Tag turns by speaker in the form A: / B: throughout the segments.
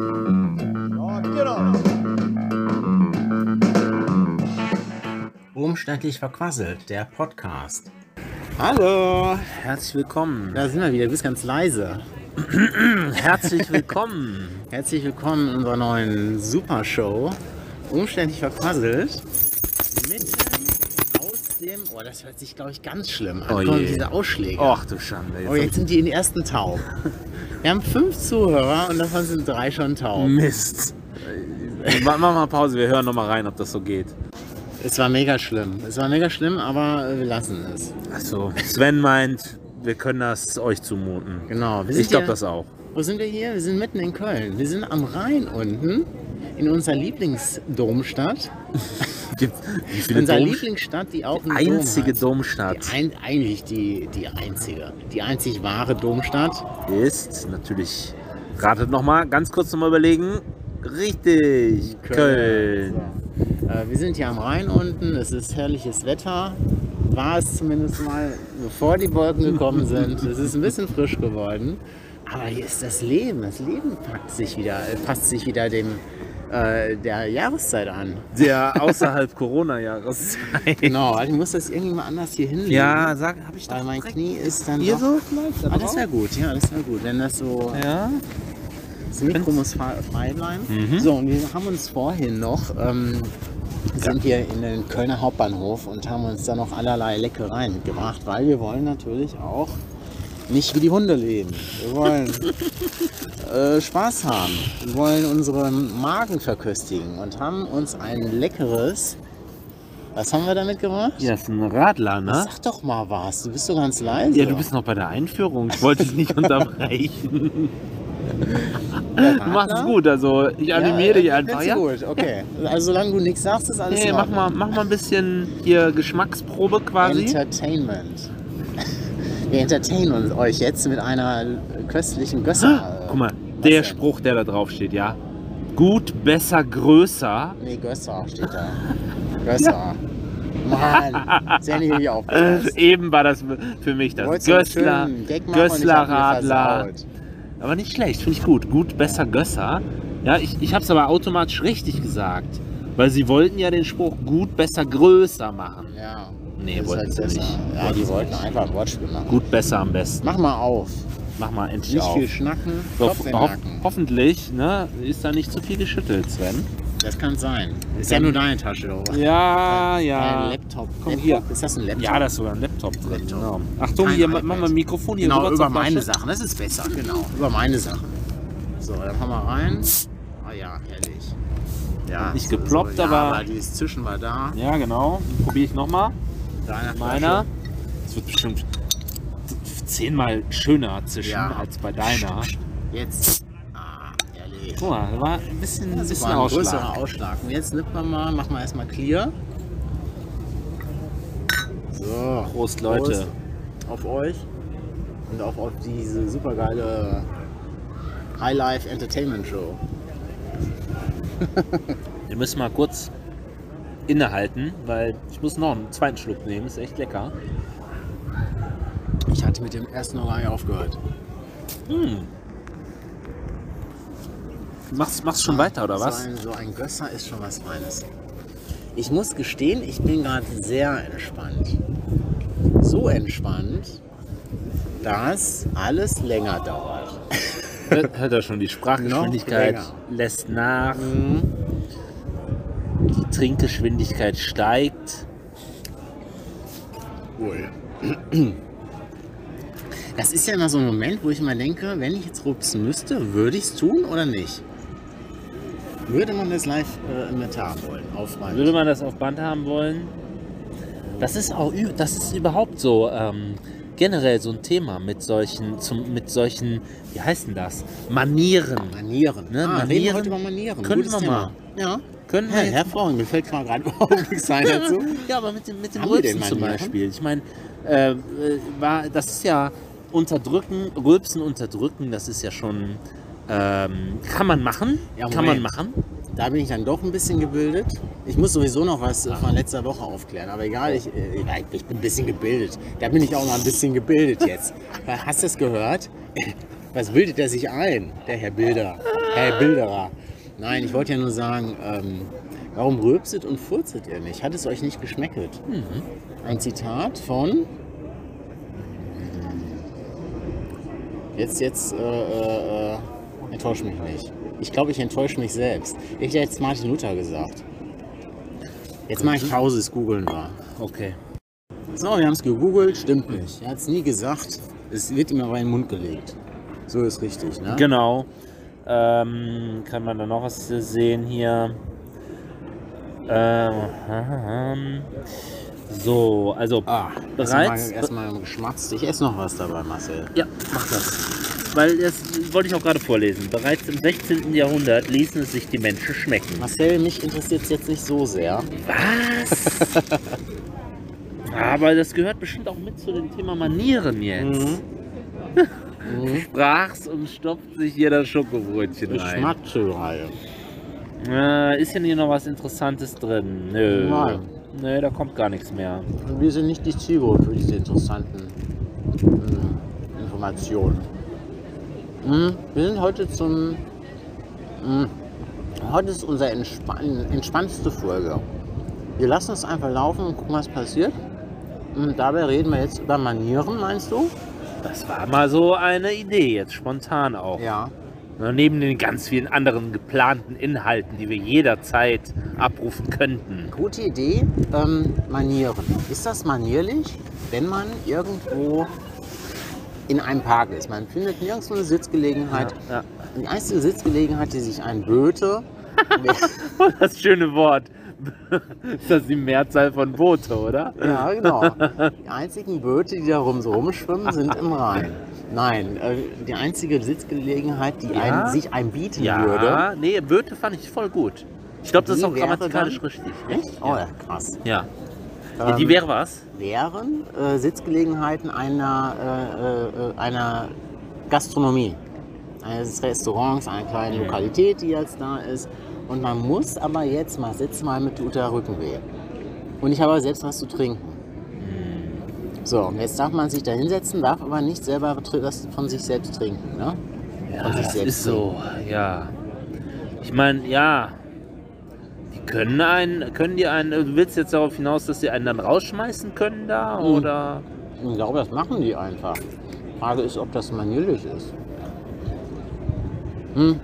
A: Rock it on.
B: Umständlich verquasselt, der Podcast. Hallo, herzlich willkommen.
C: Da sind wir wieder, du bist ganz leise.
B: Herzlich willkommen.
C: Herzlich willkommen in unserer neuen Supershow. Umständlich verquasselt. Mitten aus dem. Oh, das hört sich, glaube ich, ganz schlimm an.
B: Oh je.
C: Kommen diese Ausschläge.
B: Och du Schande.
C: Oh, jetzt sind die in den ersten taub. Wir haben fünf Zuhörer und davon sind drei schon taub.
B: Mist. Mach mal Pause, wir hören nochmal rein, ob das so geht. Mhm.
C: Es war mega schlimm. Es war mega schlimm, aber äh, wir lassen es.
B: Achso, Sven meint, wir können das euch zumuten.
C: Genau. Wir sind
B: Ich glaube
C: hier-
B: das auch.
C: Wo sind wir hier? Wir sind mitten in Köln. Wir sind am Rhein unten. In unserer Lieblingsdomstadt.
B: Wie viele
C: Unsere
B: Dom
C: Lieblingsstadt, die auch einen Dom
B: einzige
C: hat.
B: Domstadt
C: Die ein, eigentlich die, die einzige, die einzig wahre Domstadt.
B: ist natürlich. Ratet nochmal, ganz kurz nochmal überlegen. Richtig, Köln.
C: Äh, wir sind hier am Rhein unten, es ist herrliches Wetter. War es zumindest mal, bevor die Wolken gekommen sind. Es ist ein bisschen frisch geworden. Aber hier ist das Leben. Das Leben packt sich wieder, äh, passt sich wieder dem, äh, der Jahreszeit an.
B: Der außerhalb Corona-Jahreszeit.
C: Genau, also ich muss das irgendwie mal anders hier hinlegen.
B: Ja, sag, hab ich
C: Weil
B: doch
C: mein
B: direkt-
C: Knie ist dann
B: Hier
C: doch...
B: so vielleicht?
C: Ah, das wäre gut, ja, das wäre gut. Wenn das so
B: ja.
C: Das Mikro muss fa- frei bleiben.
B: Mhm.
C: So, und wir haben uns vorhin noch, ähm, sind hier in den Kölner Hauptbahnhof und haben uns da noch allerlei Leckereien mitgebracht, weil wir wollen natürlich auch nicht wie die Hunde leben. Wir wollen äh, Spaß haben. Wir wollen unseren Magen verköstigen und haben uns ein leckeres. Was haben wir da mitgebracht?
B: Ja, das ist ein Radler, ne?
C: Sag doch mal was, du bist so ganz leise.
B: Ja, du bist noch bei der Einführung. Ich wollte dich nicht unterbrechen. Du machst es gut, also ich animiere dich
C: ja, äh,
B: einfach.
C: find's
B: Ja?
C: gut, okay. Also solange du nichts sagst, ist alles
B: Nee,
C: in
B: mach
C: Ordnung.
B: mal, mach mal ein bisschen hier Geschmacksprobe quasi.
C: Entertainment. Wir entertainen uns euch jetzt mit einer köstlichen Gösser.
B: Guck mal, der
C: denn?
B: Spruch, der da drauf steht, ja. Gut, besser, größer.
C: Nee, Gösser steht da. Gösser. Mann, sehr nicht auf.
B: Äh, eben war das für mich das. Gössler, Gössler Radler. Aber nicht schlecht, finde ich gut. Gut, besser, Gösser. Ja, ich, ich habe es aber automatisch richtig gesagt. Weil sie wollten ja den Spruch gut, besser, größer machen.
C: Ja.
B: Nee,
C: Ist
B: wollten sie
C: halt Gösser.
B: nicht.
C: Ja, die wollten einfach ein Wortspiel machen.
B: Gut, besser am besten.
C: Mach mal auf.
B: Mach mal endlich
C: Nicht
B: auf.
C: viel schnacken,
B: So,
C: Kopf in den
B: ho
C: Nacken.
B: hoffentlich ne, ist da nicht zu viel geschüttelt, Sven.
C: Das kann sein. Ist ja nur deine Tasche, doch.
B: Ja,
C: Dein Laptop.
B: Komm
C: Laptop?
B: hier.
C: Ist das ein Laptop?
B: Ja, da ist sogar ein Laptop drin.
C: Laptop.
B: Genau. Achtung,
C: Kein
B: hier ma-
C: iPad.
B: machen wir ein Mikrofon hier
C: Genau,
B: rüber
C: über
B: zur
C: meine
B: Flasche. Mhm.
C: Sachen, das ist besser, genau. Über meine Sachen. So, dann haben wir rein. Ah ja, herrlich. Ja,
B: Nicht
C: so-
B: geploppt,
C: so, ja,
B: aber-
C: aber dieses Zwischen war da.
B: Ja, genau. Probiere ich nochmal.
C: Deiner
B: Meiner. Es wird bestimmt zehnmal schöner zwischen
C: Ja.
B: als bei deiner.
C: Flasche. Jetzt. Ah, herrlich.
B: Guck mal, da war ein bisschen, ein
C: Das
B: bisschen
C: war ein größerer
B: Ausschlag.
C: Ausschlag. Und jetzt nimmt man mal, machen wir erstmal clear. So.
B: Prost, Leute.
C: Prost auf euch und auch auf diese supergeile High Life Entertainment Show.
B: Wir müssen mal kurz innehalten, weil ich muss noch einen zweiten Schluck nehmen. Ist echt lecker.
C: Ich hatte mit dem ersten noch gar nicht aufgehört.
B: Machst machst schon weiter, oder was?
C: So ein, so ein Gösser ist schon was Feines. Ich muss gestehen, ich bin gerade sehr entspannt. So entspannt, dass alles länger dauert.
B: Hört, hört er schon, die Sprachgeschwindigkeit
C: Noch länger.
B: lässt nach. Mhm. Die Trinkgeschwindigkeit steigt.
C: Wohl. Das ist ja immer so ein Moment, wo ich immer denke, wenn ich jetzt rupsen müsste, würde ich es tun oder nicht? Würde man das live äh, mit haben wollen, aufräumen?
B: Würde man das auf Band haben wollen? Das ist auch ü- das ist überhaupt so ähm, generell so ein Thema mit solchen, zum, mit solchen, wie heißt denn das? Manieren.
C: Manieren.
B: Ne,
C: Ah,
B: Manieren.
C: reden wir heute über Manieren.
B: Können
C: Gutes
B: wir mal.
C: Thema. Ja.
B: Können
C: Ja,
B: wir jetzt-
C: hervorragend. Mir fällt zwar gerade überhaupt nichts ein dazu.
B: Ja, aber mit dem, mit dem
C: Haben wir denn
B: Rülpsen zum
C: Manieren?
B: Beispiel. Ich meine, äh, äh, war, das ist ja unterdrücken, Rülpsen unterdrücken, das ist ja schon, ähm, kann man machen,
C: Ja,
B: kann man
C: Moment.
B: machen.
C: Da bin ich dann doch ein bisschen gebildet. Ich muss sowieso noch was äh, von letzter Woche aufklären, aber egal, ich, äh, ja, ich bin ein bisschen gebildet. Da bin ich auch noch ein bisschen gebildet jetzt. Hast du das gehört? Was bildet er sich ein, der Herr Bilder? Herr Bilderer. Nein, ich wollte ja nur sagen, ähm, warum rülpset und furzet ihr nicht? Hat es euch nicht geschmeckelt? Ein Zitat von. Jetzt, jetzt, äh, äh, äh, enttäusch mich nicht. Ich glaube, ich enttäusche mich selbst. Ich hätte jetzt Martin Luther gesagt. Jetzt mache ich Pause, es googeln war.
B: Okay.
C: So, wir haben es gegoogelt, stimmt nicht. Er hat es nie gesagt, es wird ihm aber in den Mund gelegt. So ist richtig, ne?
B: Genau. Ähm, kann man da noch was sehen hier? Ähm, so, also
C: Ah,
B: bereits.
C: erstmal erstmal geschmatzt. Ich esse noch was dabei, Marcel.
B: Ja, mach das. Weil das wollte ich auch gerade vorlesen. Bereits im 16. Jahrhundert ließen es sich die Menschen schmecken.
C: Marcel, mich interessiert es jetzt nicht so sehr.
B: Was? Aber das gehört bestimmt auch mit zu dem Thema Manieren jetzt.
C: Mhm.
B: Sprach's und stopft sich jeder Schokobrötchen rein.
C: Geschmacksreihe.
B: Äh, ist denn hier noch was Interessantes drin? Nö.
C: Nein.
B: Nö, da kommt gar nichts mehr.
C: Also Wir sind nicht die Zielgruppe für diese interessanten äh, Informationen. Hm, wir sind heute zum. hm, heute ist unsere entspann entspannendste Folge. Wir lassen es einfach laufen und gucken, was passiert. Und dabei reden wir jetzt über Manieren, meinst du?
B: Das war mal so eine Idee, jetzt spontan auch.
C: Ja.
B: Na, Neben den ganz vielen anderen geplanten Inhalten, die wir jederzeit abrufen könnten.
C: Gute Idee, ähm, Manieren. Ist das manierlich, wenn man irgendwo in einem Park ist? Man findet nirgends eine Sitzgelegenheit.
B: Ja.
C: Die einzige Sitzgelegenheit, die sich einböte,
B: Das schöne Wort. Ist das die Mehrzahl von Boote, oder?
C: Ja, genau. Die einzigen Böte, die da rum so rumschwimmen, sind im Rhein. Nein, äh, die einzige Sitzgelegenheit, die
B: Ja?
C: ein, sich einbieten würde.
B: Ja, nee, Böte fand ich voll gut. Ich glaube, das ist
C: Die
B: auch
C: wäre
B: grammatikalisch
C: dann-
B: richtig.
C: Echt? Oh ja, krass.
B: Ja.
C: Ähm,
B: die wäre was?
C: wären äh, Sitzgelegenheiten einer, äh, äh, einer Gastronomie, eines Restaurants, einer kleinen Lokalität, die jetzt da ist. Und man muss aber jetzt mal sitzen, mal mit guter Rückenweh. Und ich habe aber selbst was zu trinken. So, und jetzt darf man sich da hinsetzen, darf aber nicht selber tr- das von sich selbst trinken. Ne?
B: Ja,
C: von sich
B: das
C: selbst
B: ist so, ja. Ich meine, ja. Die können einen, können die einen, du willst jetzt darauf hinaus, dass die einen dann rausschmeißen können da?
C: Mhm.
B: Oder?
C: Ich glaube, das machen die einfach. Frage ist, ob das manierlich ist. Hm.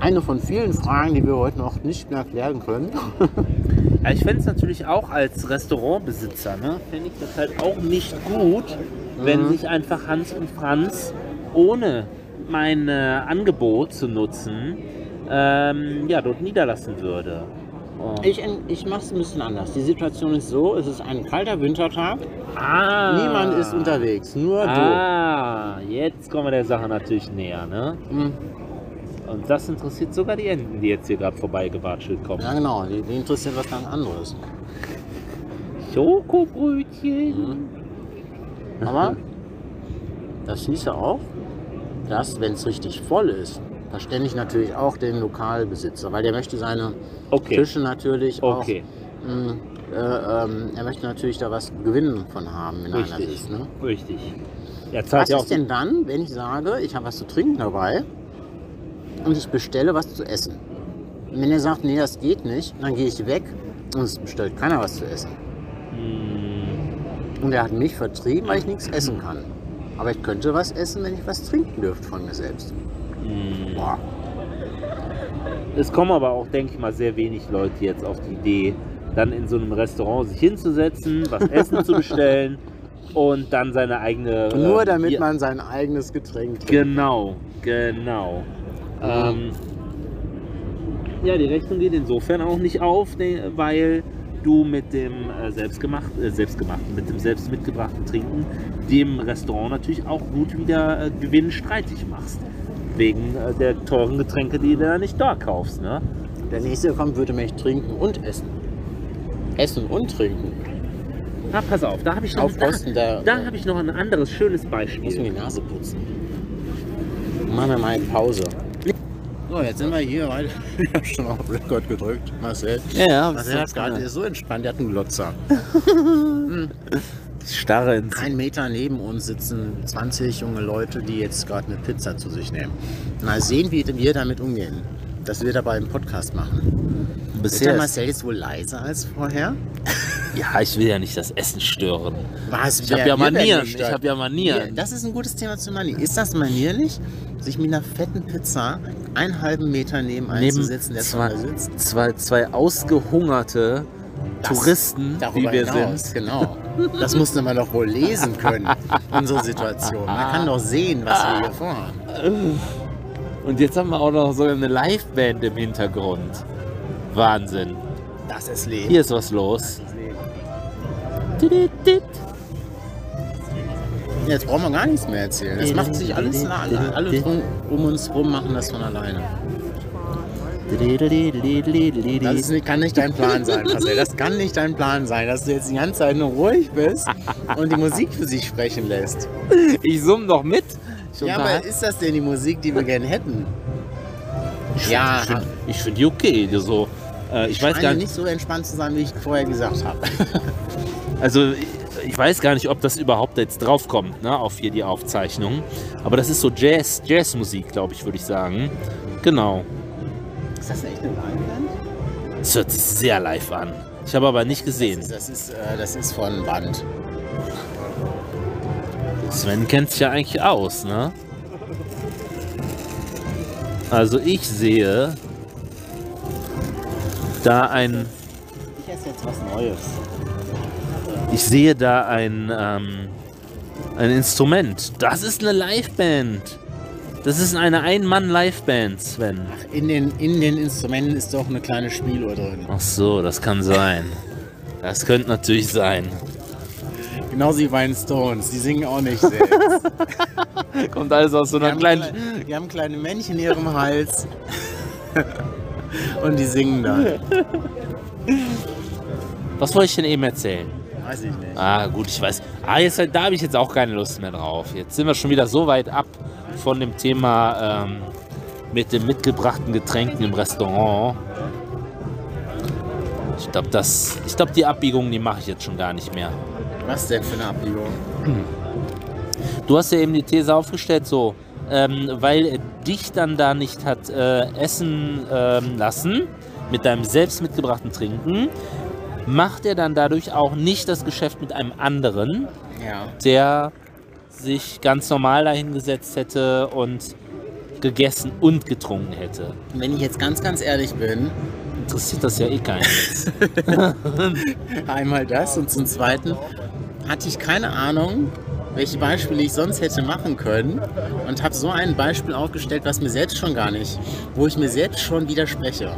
C: Eine von vielen Fragen, die wir heute noch nicht mehr klären können.
B: Ja, ich fände es natürlich auch als Restaurantbesitzer, ne, fände ich das halt auch nicht gut, wenn
C: Mhm.
B: sich einfach Hans und Franz ohne mein äh, Angebot zu nutzen, ähm, ja, dort niederlassen würde. Oh.
C: Ich, ich mache es ein bisschen anders. Die Situation ist so, es ist ein kalter Wintertag,
B: ah,
C: niemand ist unterwegs, nur
B: Ah, jetzt kommen wir der Sache natürlich näher, ne?
C: du. Hm.
B: Und das interessiert sogar die Enten, die jetzt hier gerade vorbeigewatschelt kommen.
C: Ja genau, die, die interessiert was ganz anderes. Mhm.
B: Schokobrötchen.
C: Aber das hieß ja auch, dass, wenn es richtig voll ist, verstände ich natürlich auch den Lokalbesitzer, weil der möchte seine
B: Okay.
C: Tische natürlich
B: Okay.
C: auch. Mh, äh, ähm, er möchte natürlich da was gewinnen von haben, wenn einer
B: Richtig.
C: ist. Ne?
B: Richtig. Ja, zahlt
C: Was
B: ja auch.
C: ist denn dann, wenn ich sage, ich habe was zu trinken dabei und ich bestelle was zu essen? Und wenn er sagt, nee, das geht nicht, dann gehe ich weg und es bestellt keiner was zu essen.
B: Hm,
C: Und er hat mich vertrieben, weil ich nichts essen kann. Aber ich könnte was essen, wenn ich was trinken dürfte von mir selbst.
B: hm.
C: Boah.
B: Es kommen aber auch, denke ich mal, sehr wenig Leute jetzt auf die Idee, dann in so einem Restaurant sich hinzusetzen, was Essen zu bestellen und dann seine eigene. äh,
C: Nur damit
B: Bier-
C: man sein eigenes Getränk trinkt.
B: Genau, genau. Ähm, ja, die Rechnung geht insofern auch nicht auf, ne- weil du mit dem äh, selbstgemacht, äh, selbstgemachten, mit dem selbst mitgebrachten Trinken dem Restaurant natürlich auch gut wieder äh, Gewinn streitig machst. Wegen äh, der teuren Getränke, die du da nicht da kaufst. Ne?
C: Der nächste kommt, würde mich trinken und essen. Essen und trinken.
B: Na, Ah, pass auf, da habe ich, noch-
C: Auf
B: Also da,
C: Kosten der-
B: da hab ich noch ein anderes schönes
C: Muss mir die
B: Beispiel.
C: Nase putzen. Machen wir mal eine Pause. So, jetzt sind wir hier, weil ich habe schon auf Record gedrückt. Marcel.
B: Ja,
C: Marcel hat gerade der ist so entspannt, der hat einen Glotzer. Hm.
B: Ich starre ins.
C: Ein Meter neben uns sitzen 20 junge Leute, die jetzt gerade eine Pizza zu sich nehmen. Mal sehen, wie wir damit umgehen. Dass wir dabei einen Podcast machen. Ist der
B: Bisher. ist-
C: Marcel jetzt wohl leiser als vorher?
B: Ja, ich will ja nicht das Essen stören.
C: Was,
B: Ich habe
C: wer-
B: ja
C: wir werden
B: Manieren. Ich
C: gestört.
B: habe ja Manieren.
C: Das ist ein gutes Thema zu Manieren. Ist das manierlich, sich mit einer fetten Pizza einen halben Meter neben einen zu sitzen, der vorne
B: zwei,
C: sitzt?
B: zwei, zwei ausgehungerte
C: Das-
B: Touristen, wie
C: Darüber
B: wir
C: hinaus,
B: sind.
C: genau. Das musste man doch wohl lesen können, unsere Situation. Man kann doch sehen, was wir hier vorhaben.
B: Und jetzt haben wir auch noch so eine Liveband im Hintergrund. Wahnsinn.
C: Das ist Leben.
B: Hier ist was los.
C: Das ist Leben.
B: Titit, tit.
C: Jetzt brauchen wir gar nichts mehr erzählen. Das macht sich alles von alleine. Alle drum, um uns rum machen das von alleine. Das ist, nicht- kann nicht dein Plan sein, Marcel. Das kann nicht dein Plan sein, dass du jetzt die ganze Zeit nur ruhig bist und die Musik für sich sprechen lässt.
B: Ich summ doch mit. Ich
C: Ja,
B: unterhalte-
C: aber ist das denn die Musik, die wir gerne hätten?
B: Ich
C: Ja.
B: find- Ich finde find die okay. So, äh, Ah. ich weiß
C: Scheine
B: gar nicht,
C: nicht so entspannt zu sein, wie ich vorher gesagt habe.
B: also ich- ich weiß gar nicht, ob das überhaupt jetzt draufkommt, ne, auf hier die Aufzeichnung. Aber das ist so Jazz, Jazzmusik, glaube ich, würde ich sagen. Genau.
C: Ist das echt eine Liveband?
B: Es hört sich sehr live an. Ich habe aber nicht gesehen.
C: Das ist, äh, das ist von Band.
B: Sven kennt sich ja eigentlich aus, ne? Also ich sehe da ein,
C: Ich esse jetzt was Neues.
B: ich sehe da ein, ähm, ein Instrument. Das ist eine Liveband. Das ist eine Ein-Mann-Liveband, Sven.
C: Ach, in den, in den Instrumenten ist doch eine kleine Spieluhr drin.
B: Ach so, das kann sein. Das könnte natürlich sein.
C: Genauso wie bei den Stones. Die singen auch nicht selbst.
B: Kommt alles aus so
C: Die
B: einer
C: haben,
B: kleinen.
C: kleine, die haben kleine Männchen in ihrem Hals. Und die singen dann.
B: Was wollte ich denn eben erzählen?
C: Weiß ich nicht.
B: Ah, gut, ich weiß. Ah, jetzt, da habe ich jetzt auch keine Lust mehr drauf. Jetzt sind wir schon wieder so weit ab von dem Thema ähm, mit den mitgebrachten Getränken im Restaurant. Ich glaube, das. Ich glaube, die Abbiegung, die mache ich jetzt schon gar nicht mehr.
C: Was denn für eine Abbiegung?
B: Du hast ja eben die These aufgestellt, so, ähm, weil er dich dann da nicht hat äh, essen ähm, lassen mit deinem selbst mitgebrachten Trinken, macht er dann dadurch auch nicht das Geschäft mit einem anderen,
C: Ja.
B: der sich ganz normal dahingesetzt hätte und gegessen und getrunken hätte.
C: Wenn ich jetzt ganz, ganz ehrlich bin,
B: Interessiert das ja eh keinen.
C: Einmal das und zum Zweiten hatte ich keine Ahnung, welche Beispiele ich sonst hätte machen können und habe so ein Beispiel aufgestellt, was mir selbst schon gar nicht, wo ich mir selbst schon widerspreche,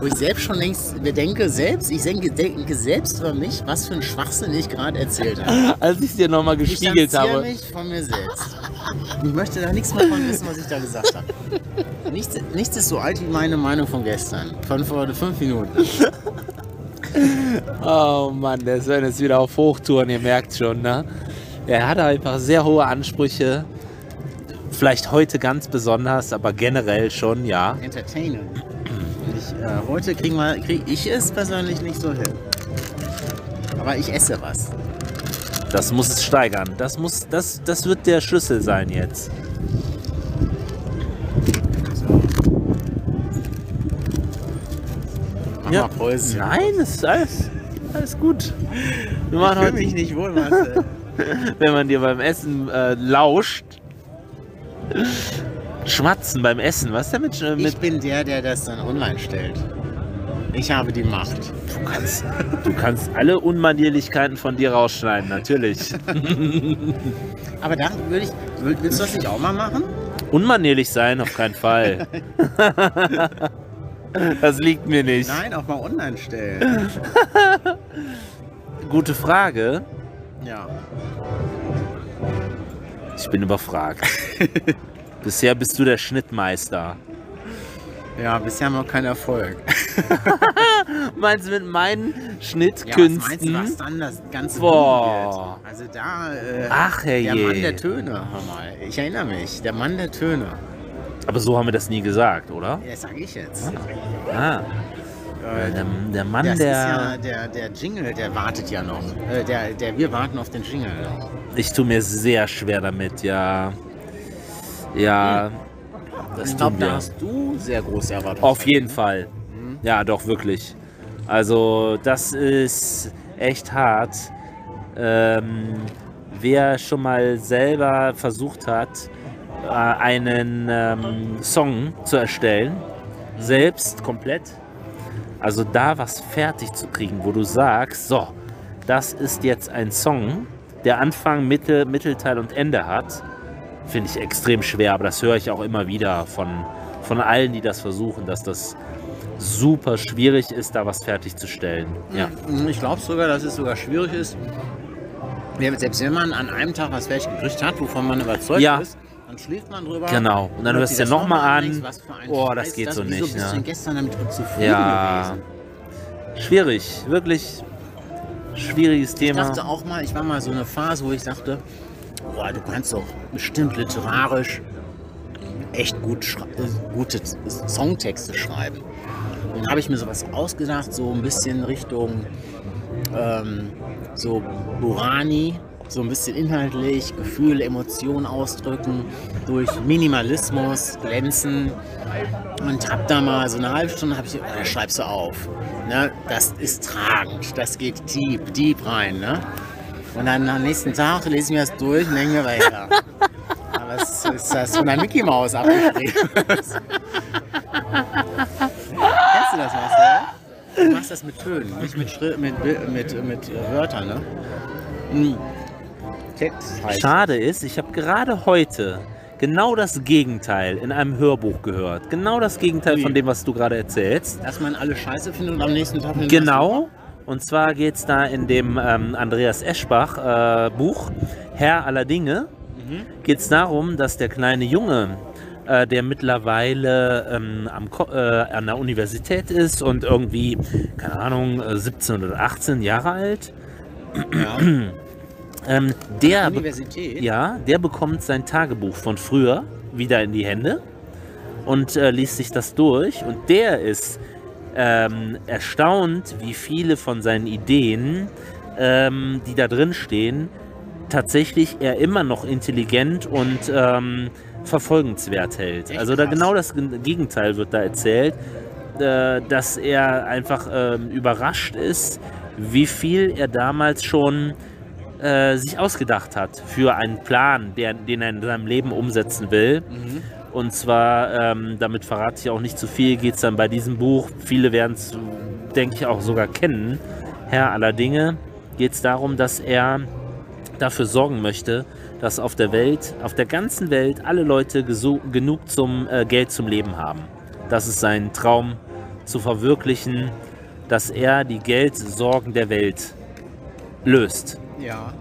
C: wo ich selbst schon längst bedenke selbst, ich denke, denke selbst über mich, was für ein Schwachsinn ich gerade erzählt habe.
B: Als ich dir nochmal
C: Ich
B: gespiegelt
C: distanziere
B: habe.
C: mich von mir selbst. Ich möchte da nichts mehr von wissen, was ich da gesagt habe. Nichts, nichts ist so alt wie meine Meinung von gestern, von vor fünf Minuten.
B: Oh Mann, der Sven ist wieder auf Hochtouren, ihr merkt schon, ne? Er hat einfach sehr hohe Ansprüche. Vielleicht heute ganz besonders, aber generell schon, ja.
C: entertainen. Und ich, äh, heute krieg mal- krieg ich es persönlich nicht so hin. Aber ich esse was.
B: Das muss es steigern. Das muss, das, das wird der Schlüssel sein jetzt.
C: Mach
B: Ja.
C: mal Preußen.
B: Nein, es ist alles, alles gut. Wir machen
C: ich fühl
B: heute,
C: mich nicht wohl, Marcel.
B: wenn man dir beim Essen äh, lauscht, schmatzen beim Essen. Was ist denn mit, äh, mit
C: ich bin der, der das dann online stellt. Ich habe die Macht.
B: Du kannst, du kannst alle Unmanierlichkeiten von dir rausschneiden, natürlich.
C: Aber da würde ich. wür- Willst du das nicht auch mal machen?
B: Unmanierlich sein, auf keinen Fall. Das liegt mir nicht.
C: Nein, auch mal online stellen.
B: Gute Frage.
C: Ja.
B: Ich bin überfragt. Bisher bist du der Schnittmeister.
C: Ja, bisher haben wir auch keinen Erfolg.
B: Meinst du mit
C: Ja,
B: meinen
C: was meinst
B: Schnittkünsten?
C: du, was dann das ganze
B: Boah. Ah,
C: Boom wird? Also da. Äh,
B: Ach,
C: der Mann der
B: herrje.
C: Töne, hör mal. Ich erinnere mich. Der Mann der Töne.
B: Aber so haben wir das nie gesagt, oder?
C: Ja, Das sage ich jetzt.
B: Ah.
C: Äh,
B: Der, der Mann,
C: das
B: der.
C: ist ja der, der Jingle, der wartet ja noch. Äh, der, der, wir warten auf den Jingle.
B: Ich tue mir sehr schwer damit, ja. Ja.
C: Ich
B: Das tun
C: glaube, da
B: wir.
C: hast du Mhm. sehr große Erwartungen.
B: Auf jeden Fall. Ja, doch, wirklich. Also, das ist echt hart. Ähm, wer schon mal selber versucht hat, äh, einen ähm, Song zu erstellen, selbst komplett, also da was fertig zu kriegen, wo du sagst, so, das ist jetzt ein Song, der Anfang, Mitte, Mittelteil und Ende hat, finde ich extrem schwer, aber das höre ich auch immer wieder von, von allen, die das versuchen, dass das super schwierig ist, da was fertigzustellen. Ja.
C: Ich glaube sogar, dass es sogar schwierig ist. Wenn- Selbst wenn man an einem Tag was fertig gekriegt hat, wovon man überzeugt
B: Ja.
C: ist, dann schläft man drüber.
B: Genau. Und dann
C: hört sich
B: hörst du
C: das
B: dir noch mal
C: nochmal
B: an.
C: Was für ein
B: Oh, das
C: Scheiß
B: geht so
C: Wieso
B: nicht,
C: bist
B: ne?
C: du denn gestern damit zufrieden
B: Ja.
C: gewesen?
B: Schwierig, wirklich schwieriges
C: Ich
B: Thema.
C: dachte auch mal, ich war mal so eine Phase, wo ich dachte, boah, du kannst doch bestimmt literarisch echt gut schrei- äh, gute Z- Songtexte schreiben. Und dann habe ich mir sowas ausgedacht, so ein bisschen Richtung ähm, so Burani, so ein bisschen inhaltlich, Gefühle, Emotionen ausdrücken, durch Minimalismus glänzen. Und hab da mal so eine halbe Stunde, hab ich, oh, das schreibst du auf. Ne? Das ist tragend, das geht deep, deep rein. Ne? Und dann am nächsten Tag lesen wir das durch und denken wir weiter. Aber es ist das von der Mickey Maus abgeschrieben. Kennst du das, Marcel? Du machst das mit Tönen, nicht mit, Schri mit, Bi- mit, mit äh, Wörtern, ne? Hm. Text halt, heißt.
B: Schade ist, ich habe gerade heute genau das Gegenteil in einem Hörbuch gehört. Genau das Gegenteil
C: Ui.
B: von dem, was du gerade erzählst.
C: Dass man alle scheiße findet und am nächsten Tag... findet man
B: Genau. Und zwar geht es da in dem ähm, Andreas Eschbach äh, Buch Herr aller Dinge.
C: Mhm.
B: Geht es darum, dass der kleine Junge, äh, der mittlerweile ähm, am Ko äh, an der Universität ist und irgendwie, keine Ahnung, äh, 17 oder 18 Jahre alt,
C: Ja.
B: ähm, der be-
C: Universität.
B: Ja, der bekommt sein Tagebuch von früher wieder in die Hände und äh, liest sich das durch. Und der ist ähm, erstaunt, wie viele von seinen Ideen, ähm, die da drin stehen, tatsächlich er immer noch intelligent und ähm, verfolgenswert hält.
C: Echt
B: also da
C: krass.
B: genau das Gen- Gegenteil wird da erzählt, äh, dass er einfach ähm, überrascht ist, wie viel er damals schon äh, sich ausgedacht hat für einen Plan, der, den er in seinem Leben umsetzen will.
C: Mhm.
B: Und zwar, ähm, damit verrate ich auch nicht zu viel, geht es dann bei diesem Buch, viele werden es, denke ich, auch sogar kennen, Herr aller Dinge, geht es darum, dass er dafür sorgen möchte, dass auf der Welt, auf der ganzen Welt alle Leute gesu- genug zum äh, Geld zum Leben haben. Das ist sein Traum zu verwirklichen, dass er die Geldsorgen der Welt löst
C: Ja.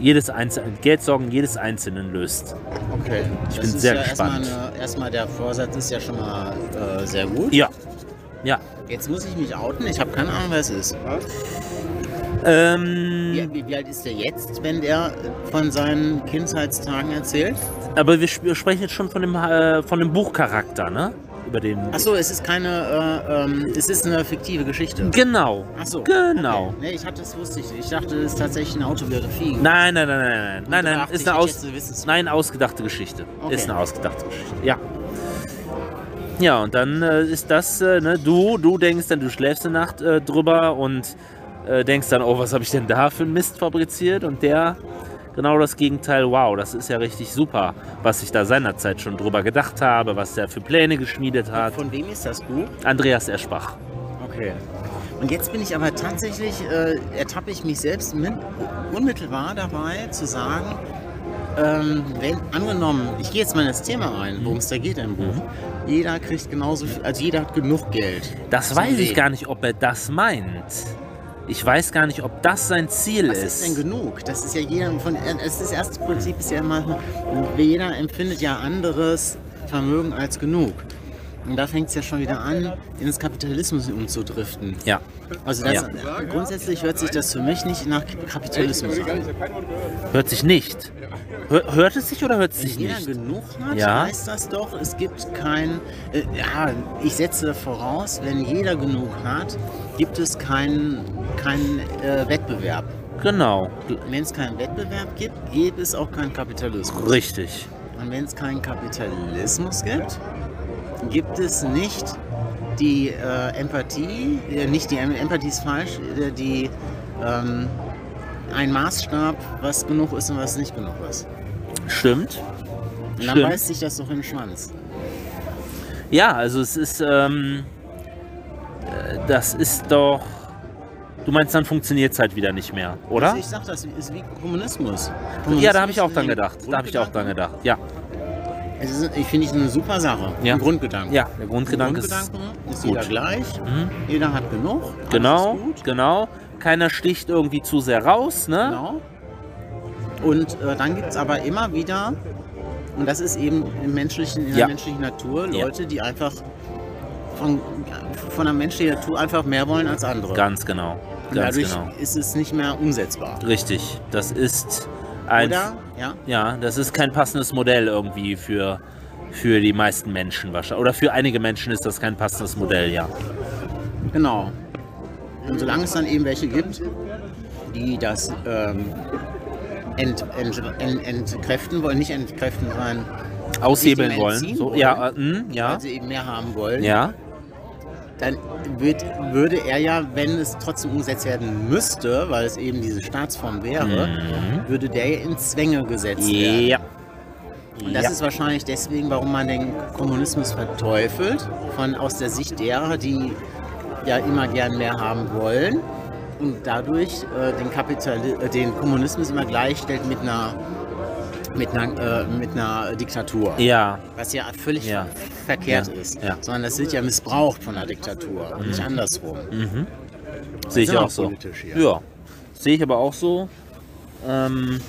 B: jedes einzelnen Geldsorgen jedes einzelnen löst.
C: Okay. Ich
B: bin sehr
C: ja
B: gespannt.
C: Erstmal, eine, erstmal der Vorsatz ist ja schon mal äh, sehr gut.
B: Ja. Ja.
C: Jetzt muss ich mich outen. Ich habe keine Ahnung, wer es ist.
B: Ähm,
C: Wie, wie, wie alt ist der jetzt, wenn der äh, von seinen Kindheitstagen erzählt?
B: Aber wir sp- sprechen jetzt schon von dem, äh, von dem Buchcharakter, ne? Über den.
C: Achso, es ist keine. Äh, ähm, es ist eine fiktive Geschichte.
B: Genau.
C: Achso.
B: Genau.
C: Okay. Nee, ich hatte das wusste ich. nicht. Ich dachte, es ist tatsächlich eine Autobiografie.
B: Nein, nein, nein, nein, nein, nein, nein,
C: dachte ich,
B: ist eine
C: ich
B: aus,
C: hätte wissen sollen.
B: nein, ausgedachte Geschichte.
C: Okay.
B: Ist eine ausgedachte Geschichte. Ja. Ja, und dann äh, ist das, äh, ne, du, du denkst dann, du schläfst eine Nacht äh, drüber und äh, denkst dann, oh, was habe ich denn da für einen Mist fabriziert? Und der genau das Gegenteil, wow, das ist ja richtig super, was ich da seinerzeit schon drüber gedacht habe, was der für Pläne geschmiedet hat.
C: Von wem ist das Buch?
B: Andreas Eschbach.
C: Okay. Und jetzt bin ich aber tatsächlich, äh, ertappe ich mich selbst mit, unmittelbar dabei zu sagen, ähm, wenn angenommen, ich gehe jetzt mal in das Thema
B: Mhm.
C: rein, worum es da geht im Buch. Jeder kriegt genauso viel, also jeder hat genug Geld.
B: Das
C: zum
B: weiß ich
C: Leben.
B: gar nicht, ob er das meint. Ich weiß gar nicht, ob das sein Ziel
C: Was ist denn genug? Das ist ja jeder von, äh, es ist das erste Prinzip ist ja immer, jeder empfindet ja anderes Vermögen als genug. Und da fängt es ja schon wieder an, ins Kapitalismus umzudriften.
B: Ja.
C: Also das,
B: Ja.
C: grundsätzlich hört sich das für mich nicht nach Kapitalismus an.
B: Hört sich nicht. Hör, hört es sich oder hört es
C: Wenn
B: sich
C: jeder
B: nicht?
C: genug hat,
B: Ja.
C: weiß das doch. Es gibt kein. Äh, ja, ich setze voraus, wenn jeder genug hat, gibt es keinen keinen, äh, Wettbewerb.
B: Genau.
C: Wenn es keinen Wettbewerb gibt, gibt es auch keinen Kapitalismus.
B: Richtig.
C: Und wenn es keinen Kapitalismus gibt, gibt es nicht die äh, Empathie, äh, nicht die Em- Empathie ist falsch, äh, die ähm, ein Maßstab, was genug ist und was nicht genug ist.
B: Stimmt.
C: Und dann
B: Stimmt.
C: beißt sich das doch im Schwanz.
B: Ja, also es ist, ähm, äh, das ist doch, du meinst, dann funktioniert es halt wieder nicht mehr, oder?
C: Also ich sag das, ist wie Kommunismus.
B: Ja,
C: Kommunismus
B: da habe ich auch
C: ist
B: dran
C: ein
B: gedacht. Da habe ich auch dran
C: Grundgedanken.
B: gedacht. Ja,
C: Es ist, ich finde es eine super Sache.
B: Ja.
C: Ein Grundgedanke.
B: ja, der Grundgedanke ist
C: Grundgedanken ist,
B: gut.
C: jeder gleich,
B: Mhm.
C: jeder hat genug, alles
B: genau,
C: ist gut.
B: genau. Keiner sticht irgendwie zu sehr raus, ne?
C: Genau. Und äh, dann gibt es aber immer wieder, und das ist eben im menschlichen, in der
B: Ja.
C: menschlichen Natur,
B: Ja.
C: Leute, die einfach von, von der menschlichen Natur einfach mehr wollen als andere.
B: Ganz genau,
C: und
B: ganz
C: dadurch
B: genau.
C: ist es nicht mehr umsetzbar.
B: Richtig. Das ist ein,
C: Oder? Ja.
B: ja, das ist kein passendes Modell irgendwie für für die meisten Menschen wahrscheinlich. Oder für einige Menschen ist das kein passendes Modell, ja.
C: Genau. Und solange es dann eben welche gibt, die das ähm, ent, ent, ent, entkräften wollen, nicht entkräften, sondern
B: Aushebeln
C: Sich dem
B: wollen.
C: entziehen
B: So,
C: wollen?
B: ja, äh, mh, ja,
C: weil sie eben mehr haben wollen,
B: ja.
C: dann wird, würde er ja, wenn es trotzdem umgesetzt werden müsste, weil es eben diese Staatsform wäre, würde der ja in Zwänge gesetzt werden.
B: Mhm. Ja.
C: Und das
B: ja.
C: ist wahrscheinlich deswegen, warum man den Kommunismus verteufelt, von aus der Sicht derer, die ja immer gern mehr haben wollen und dadurch äh, den, Kapitali äh, den Kommunismus immer gleichstellt mit einer, mit einer, äh, mit einer Diktatur.
B: ja,
C: Was ja völlig
B: Ja.
C: verkehrt
B: Ja.
C: ist.
B: Ja. Mhm.
C: Sondern das wird ja missbraucht von der Diktatur und nicht andersrum.
B: sehe ich
C: sind wir
B: auch so.
C: politisch hier.
B: Ja, sehe ich aber auch so. Ähm,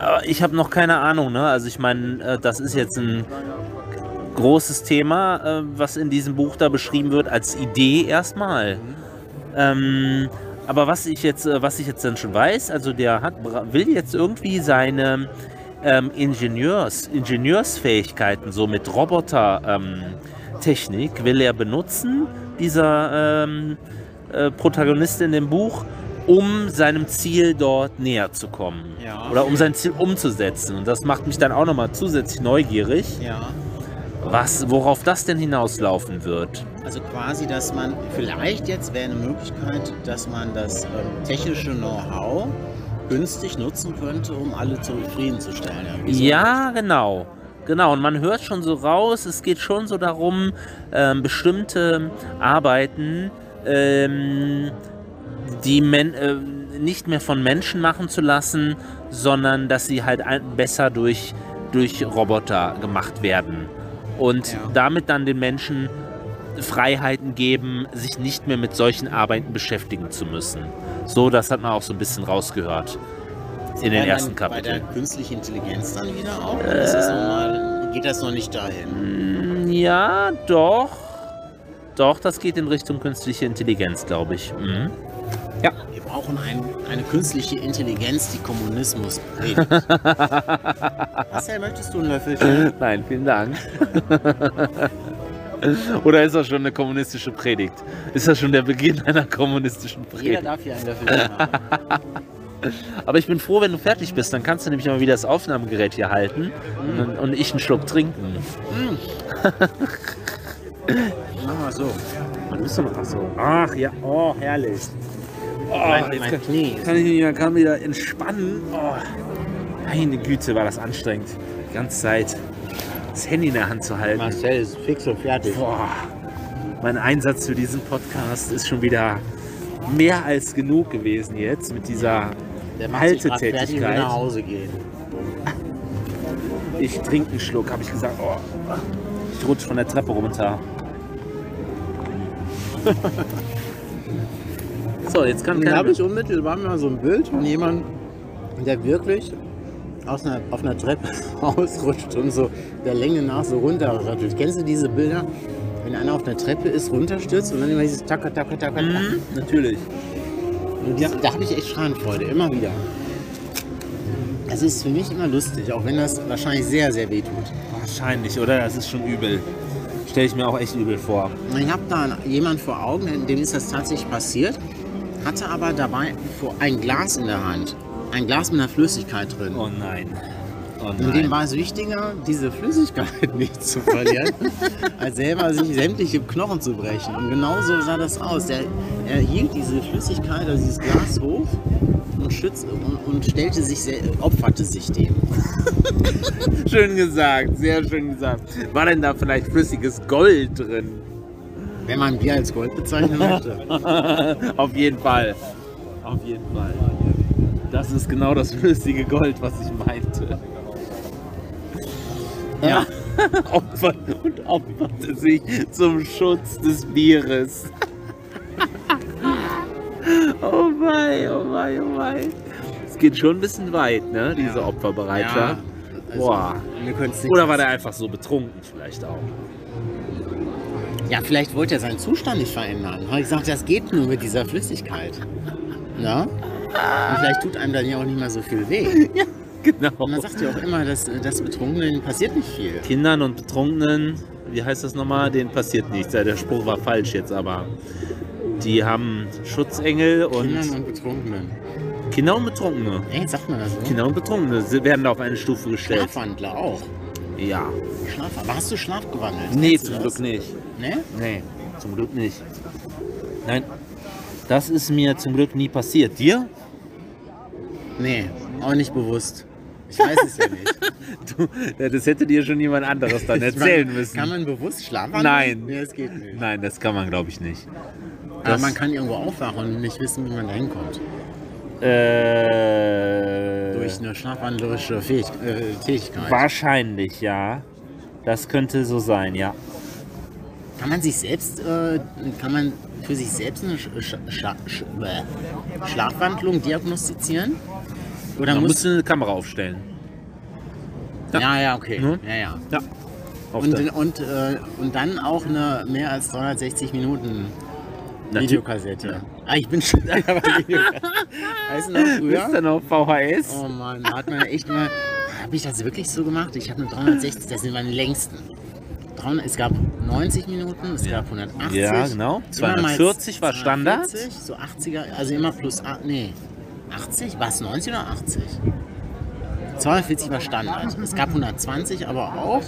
B: aber ich habe noch keine Ahnung, ne? Also ich meine, äh, das ist jetzt ein großes Thema, äh, was in diesem Buch da beschrieben wird als Idee erstmal. Ähm, aber was ich jetzt, äh, was ich jetzt dann schon weiß, also der hat, bra- will jetzt irgendwie seine ähm, Ingenieurs, Ingenieursfähigkeiten so mit Roboter-Technik ähm, Technik will er benutzen, dieser ähm, äh, Protagonist in dem Buch, um seinem Ziel dort näher zu kommen.
C: Ja.
B: Oder um sein Ziel umzusetzen. Und das macht mich dann auch nochmal zusätzlich neugierig,
C: Ja.
B: was, worauf das denn hinauslaufen wird.
C: Also quasi, dass man vielleicht jetzt wäre eine Möglichkeit, dass man das ähm, technische Know-how günstig nutzen könnte, um alle zufriedenzustellen. Irgendwie so. ne?
B: Ja, genau. Genau, und man hört schon so raus, es geht schon so darum, ähm, bestimmte Arbeiten, ähm, die Men äh, nicht mehr von Menschen machen zu lassen, sondern dass sie halt ein besser durch, durch Roboter gemacht werden. Und
C: Ja.
B: damit dann den Menschen Freiheiten geben, sich nicht mehr mit solchen Arbeiten beschäftigen zu müssen. So, das hat man auch so ein bisschen rausgehört in den
C: Wobei man
B: ersten Äh.
C: Bei
B: Kapiteln.
C: der künstlichen Intelligenz dann wieder auch. das ist noch mal, geht das noch nicht dahin?
B: Hm, Ja, doch. Doch, das geht in Richtung künstliche Intelligenz, glaube ich. Mhm.
C: Wir brauchen ein, eine künstliche Intelligenz, die Kommunismus predigt. Marcel, möchtest du ein Löffelchen?
B: Nein, vielen Dank. Oder ist das schon eine kommunistische Predigt? Ist das schon der Beginn einer kommunistischen
C: Jeder
B: Predigt?
C: darf hier ein Löffelchen haben.
B: Aber ich bin froh, wenn du fertig bist. Dann kannst du nämlich mal wieder das Aufnahmegerät hier halten und, und ich einen Schluck trinken.
C: Machen wir so.
B: Man muss doch mal so. Ach ja, oh, herrlich. Oh,
C: mein,
B: jetzt
C: mein
B: kann-
C: Knie.
B: kann ich mich mal gerade wieder entspannen. Oh, meine Güte, war das anstrengend. Die ganze Zeit das Handy in der Hand zu halten.
C: Marcel ist fix und fertig.
B: Boah, mein Einsatz für diesen Podcast ist schon wieder mehr als genug gewesen jetzt mit dieser.
C: Der macht sich
B: Alte
C: grad fertig und will
B: Tätigkeit.
C: nach Hause gehen.
B: Ich trinke einen Schluck, habe ich gesagt. Oh, ich rutsche von der Treppe runter. so, jetzt kann
C: Und da habe
B: keiner.
C: ich unmittelbar mal so ein Bild von jemandem, der wirklich aus einer, auf einer Treppe ausrutscht und so der Länge nach so runterrattelt. Kennst du diese Bilder, wenn einer auf einer Treppe ist, runterstürzt und dann immer dieses Taka, Taka, Taka.
B: Mhm, natürlich.
C: Und ja, da habe ich echt Schadenfreude, immer wieder. Das ist für mich immer lustig, auch wenn das wahrscheinlich sehr, sehr weh tut.
B: Wahrscheinlich, oder? Das ist schon übel. Stelle ich mir auch echt übel vor.
C: Und Ich habe da jemand vor Augen, dem ist das tatsächlich passiert, hatte aber dabei vor- ein Glas in der Hand. Ein Glas mit einer Flüssigkeit drin.
B: Oh nein. Oh
C: Und dem
B: nein.
C: war es wichtiger, diese Flüssigkeit nicht zu verlieren, als selber sich sämtliche Knochen zu brechen. Und genau so sah das aus. Er, er hielt diese Flüssigkeit, also dieses Glas hoch und, schütz, und, und stellte sich, sel- opferte sich dem.
B: Schön gesagt, sehr schön gesagt. War denn da vielleicht flüssiges Gold drin?
C: Wenn man Bier als Gold bezeichnen möchte.
B: Auf jeden Fall. Auf jeden Fall. Das ist genau das flüssige Gold, was ich meinte. Ja. Opfer und opferte sich zum Schutz des Bieres. oh wei, oh wei, oh wei. Es geht schon ein bisschen weit, ne? Diese
C: Ja.
B: Opferbereitschaft.
C: also,
B: Boah.
C: Wir können's nicht
B: Oder war der einfach so betrunken vielleicht auch?
C: Ja, vielleicht wollte er seinen Zustand nicht verändern. Habe ich gesagt, das geht nur mit dieser Flüssigkeit. Na? Und vielleicht tut einem dann ja auch nicht mal so viel weh.
B: Genau.
C: Und man sagt ja auch immer, dass, äh, dass Betrunkenen passiert nicht viel.
B: Kindern und Betrunkenen, wie heißt das nochmal, denen passiert nichts. Ja, Der Spruch war falsch jetzt, aber die haben Schutzengel und
C: Kindern und Betrunkenen.
B: Kinder und Betrunkene.
C: Ey, sagt man das so?
B: Kinder und Betrunkene sie- werden da auf eine Stufe gestellt.
C: Schlafwandler auch.
B: Ja.
C: Schlaf aber hast du Schlaf gewandelt?
B: Nee,
C: Kennst du
B: zum
C: das?
B: Glück nicht.
C: Nee?
B: Nee, zum Glück nicht. Nein, das ist mir zum Glück nie passiert. Dir?
C: Nee, auch nicht bewusst. Ich weiß es ja nicht.
B: Du, das hätte dir schon jemand anderes dann
C: Ich
B: erzählen
C: meine,
B: müssen.
C: Kann man bewusst schlafen?
B: Nein.
C: Nee, das geht nicht.
B: Nein, das kann man, glaube ich, nicht.
C: Aber
B: das-
C: man kann irgendwo aufwachen und nicht wissen, wie man da hinkommt.
B: Äh,
C: Durch eine schlafwandlerische Fähig äh, Tätigkeit.
B: Wahrscheinlich, ja. Das könnte so sein, ja.
C: Kann man sich selbst, äh, kann man für sich selbst eine Sch Sch Schla Sch bäh, Schlafwandlung diagnostizieren? Oder
B: Da
C: muss.
B: musst du eine Kamera aufstellen.
C: Ja, ja, okay.
B: Mhm.
C: Ja, ja.
B: Ja. Auf
C: Und,
B: der-
C: und, äh, und dann auch eine mehr als 360 Minuten
B: Natu-
C: Videokassette. Ah, ich bin schon bei Videokassette. Weißt du noch
B: Bist
C: früher?
B: du noch VHS?
C: Oh Mann, da hat man echt mal. Habe ich das wirklich so gemacht? Ich habe eine 360, das sind meine längsten. 300, es gab 90 Minuten, es gab 180.
B: Ja, genau.
C: Immer mal
B: 240 war Standard.
C: 240, So 80er, also immer plus. a- Nee, 80? War es 90 oder 80? 240 war Standard. Es gab 120 aber auch.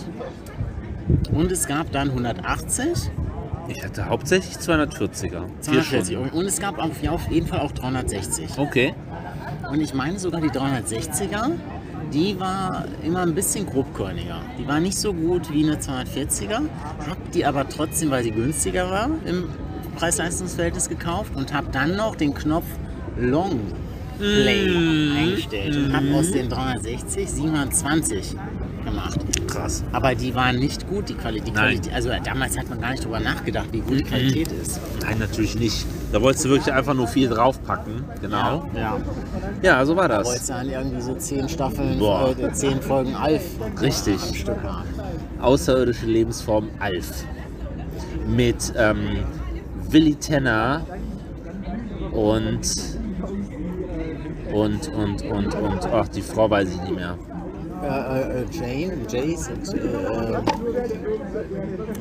C: Und es gab dann 180,
B: Oh. Ich hatte hauptsächlich 240er. Vier
C: 240
B: Stunden.
C: und es gab auf, ja, auf jeden Fall auch 360.
B: Okay.
C: Und ich meine sogar die 360er, die war immer ein bisschen grobkörniger. Die war nicht so gut wie eine 240er, hab die aber trotzdem, weil sie günstiger war, im Preis-Leistungs-Verhältnis gekauft und hab dann noch den Knopf Long Play
B: Mhm.
C: eingestellt und hab aus den 360 27 gemacht.
B: Krass.
C: Aber die waren nicht gut, die Qualität. Die
B: Nein. Mhm.
C: Qualität also damals hat man gar nicht drüber nachgedacht, wie gut die Qualität ist.
B: Nein, natürlich nicht. Da wolltest du wirklich einfach nur viel draufpacken. Genau.
C: Ja.
B: Ja, so war das.
C: Wolltest du dann irgendwie so 10 Staffeln,
B: Boah.
C: äh, 10 Folgen Alf am
B: Richtig.
C: Stück haben.
B: Außerirdische Lebensform Alf. Mit ähm, Willi Tenner und. Und, und, und, und. Ach, die Frau weiß ich nicht mehr.
C: Äh, äh, äh, Jane, Jace, äh, äh,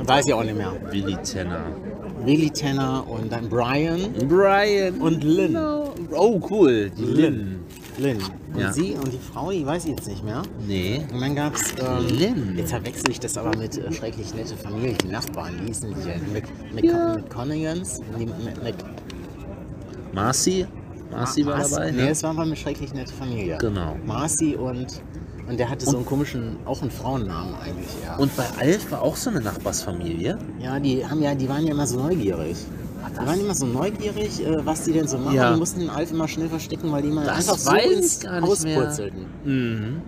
C: weiß ich auch nicht mehr.
B: Willi Tenner.
C: Willy Tanner und dann Brian
B: Brian.
C: und Lynn.
B: Oh, cool. Die Lynn.
C: Lynn. Und
B: Ja.
C: sie und die Frau, die weiß ich jetzt nicht mehr.
B: Nee.
C: Und dann gab's ähm,
B: Lynn.
C: Jetzt verwechsel ich das aber mit äh, schrecklich nette Familie, die Nachbarn, die hießen die denn? Mc, Mc, McConagans? Nee, Mc, Mc,
B: Marcy. Marcy war
C: Marcy?
B: dabei.
C: Nee,
B: Ne?
C: es war aber eine schrecklich nette Familie.
B: Genau.
C: Marcy und. Und der hatte so einen komischen, auch einen Frauennamen eigentlich, ja.
B: Und bei Alf war auch so eine Nachbarsfamilie.
C: Ja, die haben ja, die waren ja immer so neugierig. Die waren immer so neugierig, äh, was die denn so machen.
B: Ja.
C: Die mussten den Alf immer schnell verstecken, weil die immer
B: Das
C: einfach so
B: weiß ich
C: ins
B: gar nicht
C: Haus
B: mehr.
C: purzelten.
B: Mhm.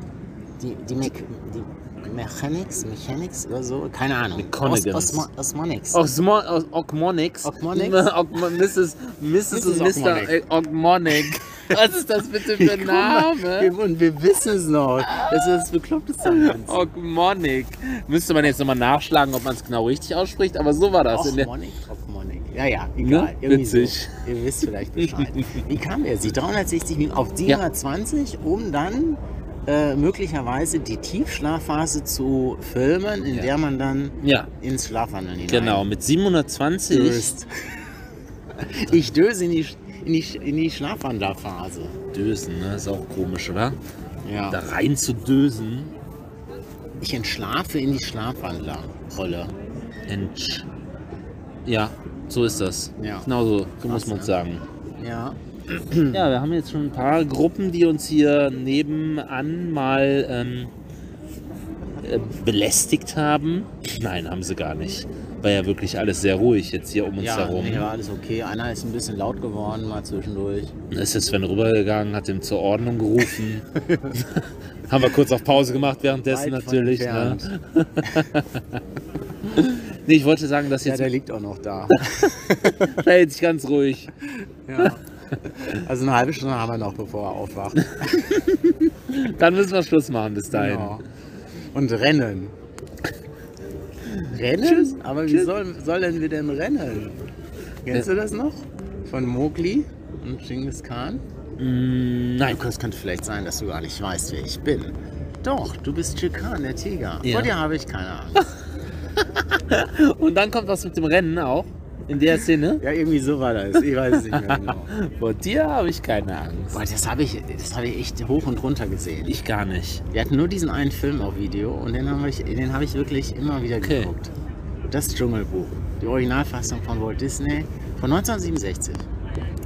C: Die, die, Mech, die Mechanics, Mechanics oder so, keine Ahnung.
B: Mechonigans.
C: Os, Osmo, Osmonics.
B: Osmo Os Ogmonix.
C: Ogmonix?
B: Ogmo- Mrs. Mrs. und
C: Mrs.
B: Mr. Ogmonic. Was ist das bitte für ein Name?
C: Und wir wissen es noch. Das ist das Bekloppteste am Ganzen.
B: Ogmonic. Müsste man jetzt nochmal nachschlagen, ob man es genau richtig ausspricht, aber so war das.
C: Och,
B: in der
C: Monic, Tropf Monic. Ja, ja, egal. Irgendwie
B: Witzig.
C: So. Ihr wisst vielleicht Bescheid. Wie kam er? Sie 360 Minuten auf
B: Ja.
C: 720, um dann äh, möglicherweise die Tiefschlafphase zu filmen, in
B: Ja.
C: der man dann
B: ja,
C: ins Schlafwandeln hinein
B: genau. Mit 720
C: döst. Ich döse in die, Sch- in die, Sch- in die Schlafwandlerphase.
B: Dösen, ne? Ist auch komisch, oder?
C: Ja.
B: Da rein zu dösen.
C: Ich entschlafe in die Schlafwandlerrolle.
B: Entsch. Ja, so ist das.
C: Ja.
B: Genau so, so muss
C: Krass,
B: man
C: ne?
B: sagen.
C: Ja.
B: Ja, wir haben jetzt schon ein paar Gruppen, die uns hier nebenan mal ähm, äh, belästigt haben. Nein, haben sie gar nicht. War ja wirklich alles sehr ruhig jetzt hier um uns
C: Ja,
B: herum.
C: nee, war alles okay. Einer ist ein bisschen laut geworden, mal zwischendurch.
B: Dann ist jetzt Sven rübergegangen, hat ihm zur Ordnung gerufen. haben wir kurz auf Pause gemacht währenddessen
C: Weit von
B: natürlich. Ne?
C: entfernt.
B: Nee, ich wollte sagen, dass
C: Ja,
B: jetzt
C: der liegt auch noch da.
B: hält sich ganz ruhig.
C: ja. Also eine halbe Stunde haben wir noch, bevor er aufwacht.
B: Dann müssen wir Schluss machen bis dahin.
C: Genau. Und rennen. Rennen? Aber wie sollen, sollen wir denn rennen? Kennst du das noch? Von Mowgli und Genghis Khan?
B: Mm, nein.
C: Lukas, könnte vielleicht sein, dass du gar nicht weißt, wer ich bin. Doch, du bist Chikan, der Tiger.
B: Ja.
C: Vor dir habe ich keine Angst.
B: Und dann kommt was mit dem Rennen auch. In der Szene.
C: ja, irgendwie so war das. Ich weiß es nicht mehr genau.
B: Vor dir habe ich keine Angst.
C: Boah, das habe ich, das habe ich echt hoch und runter gesehen.
B: Ich gar nicht.
C: Wir hatten nur diesen einen Film auf Video und den habe ich, den habe ich wirklich immer wieder
B: Okay.
C: geguckt. Das Dschungelbuch. Die Originalfassung von Walt Disney von 1967.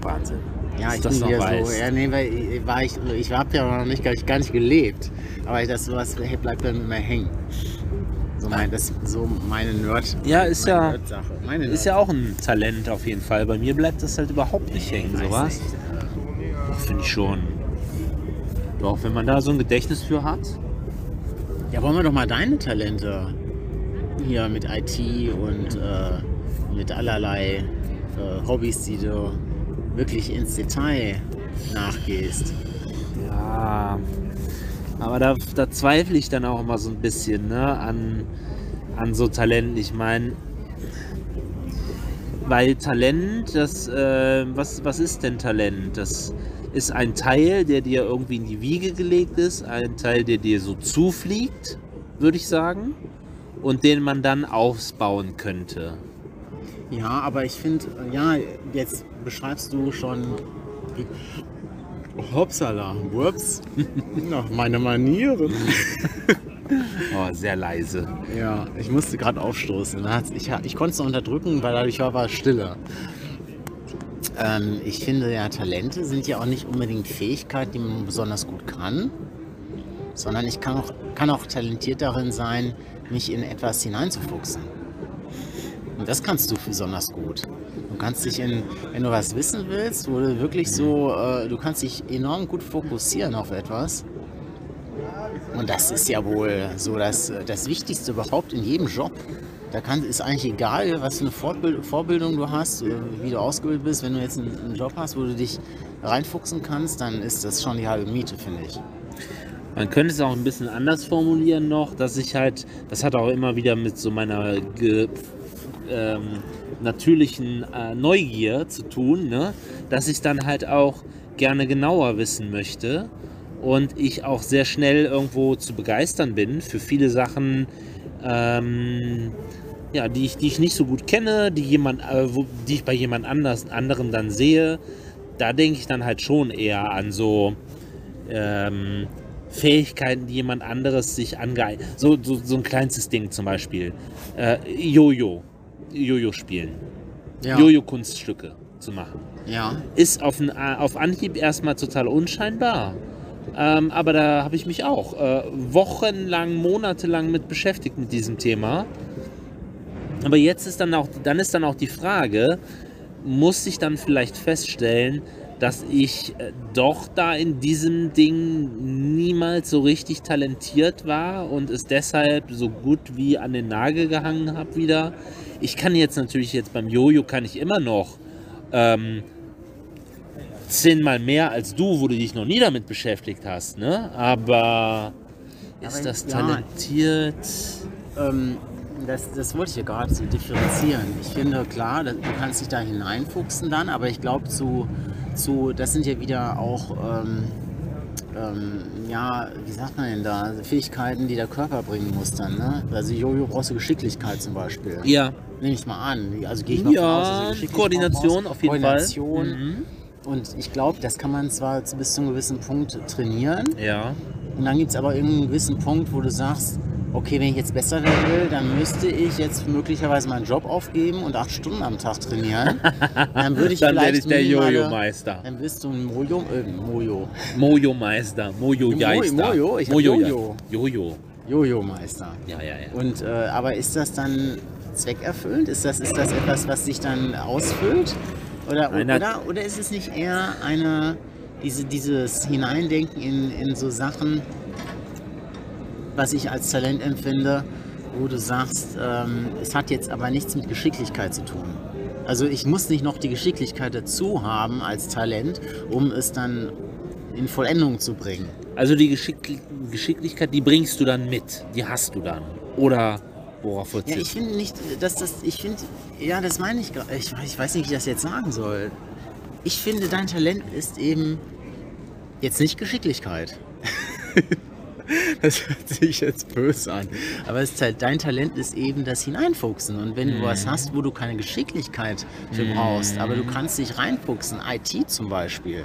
B: Wahnsinn.
C: Ja,
B: Dass
C: ich
B: du das
C: bin
B: noch
C: ja so.
B: weißt.
C: Ja, nee, weil ich- war ich, ich habe ja noch nicht, gar nicht, gar nicht gelebt. Aber das sowas hey, bleibt dann immer hängen. So, mein, das, so meine Nerd.
B: Ja, Ah. ist
C: meine
B: ja-
C: Nerd-Sache. Meine
B: Ist
C: Nerd-
B: ja auch ein Talent auf jeden Fall. Bei mir bleibt das halt überhaupt nicht hängen,
C: Weiß
B: sowas.
C: nicht.
B: Finde ich schon. Doch, wenn man da so ein Gedächtnis für hat.
C: Ja, wollen wir doch mal deine Talente hier mit IT und äh, mit allerlei äh, Hobbys, die du wirklich ins Detail nachgehst.
B: Ja. Aber da, da zweifle ich dann auch immer so ein bisschen ne, an, an so Talent. Ich meine, weil Talent, das, äh, was, was ist denn Talent? Das ist ein Teil, der dir irgendwie in die Wiege gelegt ist, ein Teil, der dir so zufliegt, würde ich sagen, und den man dann aufbauen könnte.
C: Ja, aber ich finde, äh, ja, jetzt beschreibst du schon. Hopsala, whoops. Nach meine Manieren.
B: Oh, sehr leise.
C: Ja, ich musste gerade aufstoßen. Da hat's- Ich, ich konnte es noch unterdrücken, weil dadurch war war es stiller. Ähm, ich finde ja, Talente sind ja auch nicht unbedingt Fähigkeiten, die man besonders gut kann, sondern ich kann auch, kann auch talentiert darin sein, mich in etwas hineinzufuchsen. Und das kannst du besonders gut. Du kannst dich in, wenn du was wissen willst, wo du wirklich so, äh, du kannst dich enorm gut fokussieren auf etwas. Und das ist ja wohl so das, das Wichtigste überhaupt in jedem Job. Da kann, ist eigentlich egal, was für eine Fortbild, Vorbildung du hast, äh, wie du ausgebildet bist. Wenn du jetzt einen, einen Job hast, wo du dich reinfuchsen kannst, dann ist das schon die halbe Miete, finde ich.
B: Man könnte es auch ein bisschen anders formulieren noch, dass ich halt, das hat auch immer wieder mit so meiner ge, ähm, natürlichen äh, Neugier zu tun, ne? dass ich dann halt auch gerne genauer wissen möchte und ich auch sehr schnell irgendwo zu begeistern bin für viele Sachen, ähm, ja, die ich, die ich nicht so gut kenne, die, jemand, äh, wo, die ich bei jemand anders, anderem dann sehe. Da denke ich dann halt schon eher an so, ähm, Fähigkeiten, die jemand anderes sich angeeignet. So, so, so ein kleinstes Ding zum Beispiel. Äh, Jojo. Jojo spielen.
C: Ja.
B: Jojo-Kunststücke zu machen.
C: Ja.
B: Ist auf, den, auf Anhieb erstmal total unscheinbar. Ähm, aber da habe ich mich auch äh, wochenlang, monatelang mit beschäftigt mit diesem Thema. Aber jetzt ist dann auch, dann ist dann auch die Frage, muss ich dann vielleicht feststellen, dass ich äh, doch da in diesem Ding niemals so richtig talentiert war und es deshalb so gut wie an den Nagel gehangen habe wieder. Ich kann jetzt natürlich jetzt beim Jojo kann ich immer noch ähm, zehnmal mehr als du, wo du dich noch nie damit beschäftigt hast, ne? Aber ist
C: Aber
B: das
C: ja.
B: talentiert?
C: Ähm, das, das wollte ich ja gerade so differenzieren. Ich finde, klar, das- du kannst dich da hineinfuchsen dann, aber ich glaube, zu, zu, das sind ja wieder auch, ähm, ähm, ja, wie sagt man denn da, Fähigkeiten, die der Körper bringen muss dann. Ne? Also Jojo brauchst du Geschicklichkeit zum Beispiel.
B: Ja.
C: Nehme ich mal an. Also gehe ich mal
B: Ja,
C: von aus, dass du Geschicklichkeit
B: Koordination
C: brauchst.
B: auf jeden Fall. Mhm.
C: Koordination. Und ich glaube, das kann man zwar zu- bis zu einem gewissen Punkt trainieren,
B: Ja.
C: und dann gibt es aber irgendeinen gewissen Punkt, wo du sagst, okay, wenn ich jetzt besser werden will, dann müsste ich jetzt möglicherweise meinen Job aufgeben und acht Stunden am Tag trainieren. Dann würde ich
B: Dann werde ich
C: vielleicht
B: der
C: minimale-
B: Jojo-Meister.
C: Dann bist du ein Mojo, äh, Mojo,
B: Mojo-Meister. Mojo-Geister.
C: Mojo, ich hab
B: Mojo.
C: Jojo.
B: Jojo.
C: Jojo-Meister.
B: Ja, ja, ja.
C: Und äh, aber ist das dann zweckerfüllend? Ist das, ist das etwas, was dich dann ausfüllt? Oder,
B: Nein, na-
C: oder, oder ist es nicht eher eine, diese, dieses Hineindenken in, in so Sachen, was ich als Talent empfinde, wo du sagst, ähm, es hat jetzt aber nichts mit Geschicklichkeit zu tun. Also ich muss nicht noch die Geschicklichkeit dazu haben als Talent, um es dann in Vollendung zu bringen.
B: Also die Geschick Geschicklichkeit, die bringst du dann mit. Die hast du dann. Oder worauf wird
C: Ja, ich finde nicht, dass das. Ich finde. Ja, das meine ich gerade. Ich, ich weiß nicht, wie ich das jetzt sagen soll. Ich finde, dein Talent ist eben jetzt nicht Geschicklichkeit. das hört sich jetzt böse an. Aber es ist halt, dein Talent ist eben das Hineinfuchsen. Und wenn
B: Mhm.
C: du was hast, wo du keine Geschicklichkeit für brauchst, aber du kannst dich reinfuchsen, IT zum Beispiel.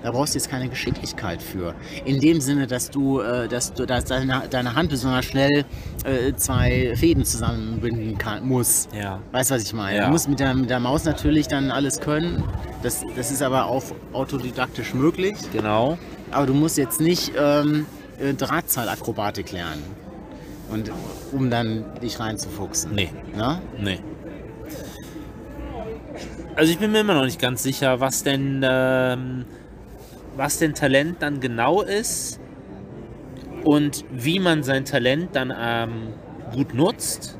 C: Da brauchst du jetzt keine Geschicklichkeit für. In dem Sinne, dass du, äh, dass du dass deine, deine Hand besonders schnell äh, zwei Fäden zusammenbinden kann, muss.
B: Ja.
C: Weißt du, was ich meine?
B: Ja.
C: Du musst mit der, mit der Maus natürlich dann alles können. Das, das ist aber auch autodidaktisch möglich.
B: Genau.
C: Aber du musst jetzt nicht ähm, äh, Drahtseilakrobatik lernen. Und um dann dich reinzufuchsen.
B: Nee.
C: Ne?
B: Nee. Also ich bin mir immer noch nicht ganz sicher, was denn, ähm, was denn Talent dann genau ist und wie man sein Talent dann ähm, gut nutzt.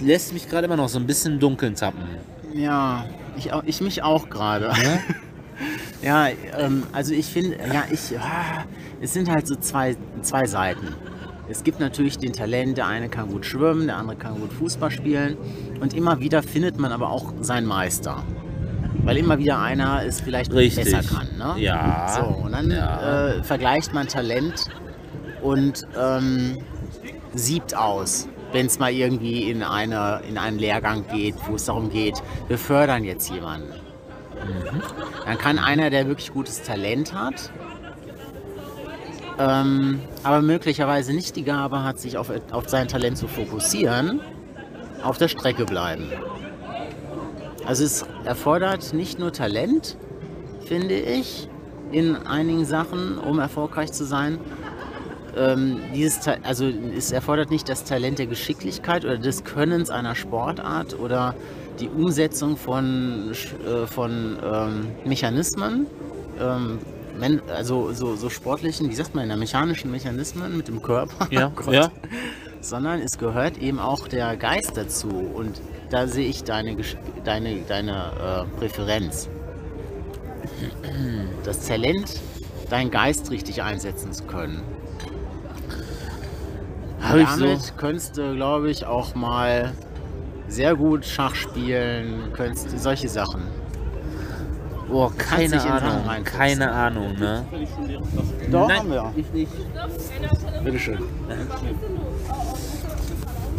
B: Lässt mich gerade immer noch so ein bisschen im dunkeln tappen.
C: Ja, ich, au- ich mich auch gerade. ja, ähm, also ich finde, ja, ich, ah, es sind halt so zwei, zwei Seiten. Es gibt natürlich den Talent, der eine kann gut schwimmen, der andere kann gut Fußball spielen. Und immer wieder findet man aber auch seinen Meister. Weil immer wieder einer es vielleicht
B: Richtig.
C: besser kann. Ne?
B: Ja.
C: So, und dann
B: Ja.
C: äh, vergleicht man Talent und ähm, siebt aus, wenn es mal irgendwie in, eine, in einen Lehrgang geht, wo es darum geht, wir fördern jetzt jemanden. Dann kann einer, der wirklich gutes Talent hat, ähm, aber möglicherweise nicht die Gabe hat, sich auf, auf sein Talent zu fokussieren, auf der Strecke bleiben. Also es erfordert nicht nur Talent, finde ich, in einigen Sachen, um erfolgreich zu sein. Ähm, dieses, Ta- also es erfordert nicht das Talent der Geschicklichkeit oder des Könnens einer Sportart oder die Umsetzung von, Sch- äh, von ähm, Mechanismen, ähm, men- also so, so sportlichen, wie sagt man, in der mechanischen Mechanismen mit dem Körper Oh
B: Ja, ja.
C: sondern es gehört eben auch der Geist dazu. Und da sehe ich deine, Gesch- deine, deine äh, Präferenz. Das Talent, deinen Geist richtig einsetzen zu können.
B: Habe ich so.
C: Damit könntest du, glaube ich, auch mal sehr gut Schach spielen, könntest du solche Sachen.
B: Boah, keine
C: sich in Sachen
B: Ahnung.
C: reinfuchsen.
B: Keine Ahnung, ne? Nein.
C: wir. Ich nicht. Bitteschön.